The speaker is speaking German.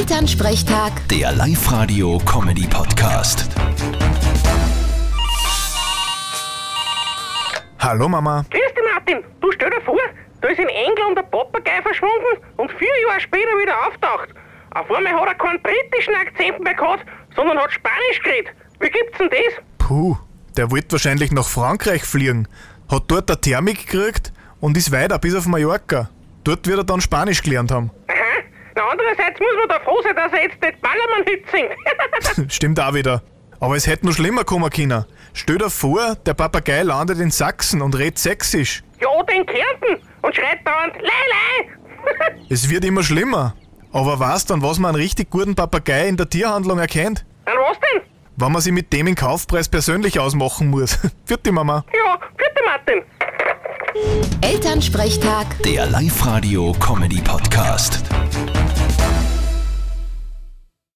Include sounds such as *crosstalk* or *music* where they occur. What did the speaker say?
Elternsprechtag, Der Live-Radio-Comedy-Podcast. Hallo Mama. Grüß dich, Martin. Du stell dir vor, da ist in England der Papagei verschwunden und vier Jahre später wieder auftaucht. Auf einmal hat er keinen britischen Akzent mehr gehabt, sondern hat Spanisch geredet. Wie gibt's denn das? Puh, der wird wahrscheinlich nach Frankreich fliegen, hat dort eine Thermik gekriegt und ist weiter bis auf Mallorca. Dort wird er dann Spanisch gelernt haben. *laughs* Aha. Na, andererseits muss man da froh sein, dass er jetzt nicht Ballermann-Hit singt. *laughs* Stimmt auch wieder. Aber es hätte noch schlimmer kommen können. Stell dir vor, der Papagei landet in Sachsen und redet Sächsisch. ja, den Kärnten und schreit dauernd, lei, *laughs* lei. Es wird immer schlimmer. Aber weißt du, an was man einen richtig guten Papagei in der Tierhandlung erkennt? Dann was denn? Wenn man sie mit dem in Kaufpreis persönlich ausmachen muss. *laughs* Wird die Mama. Ja, bitte, Martin. Elternsprechtag. Der Live-Radio-Comedy-Podcast.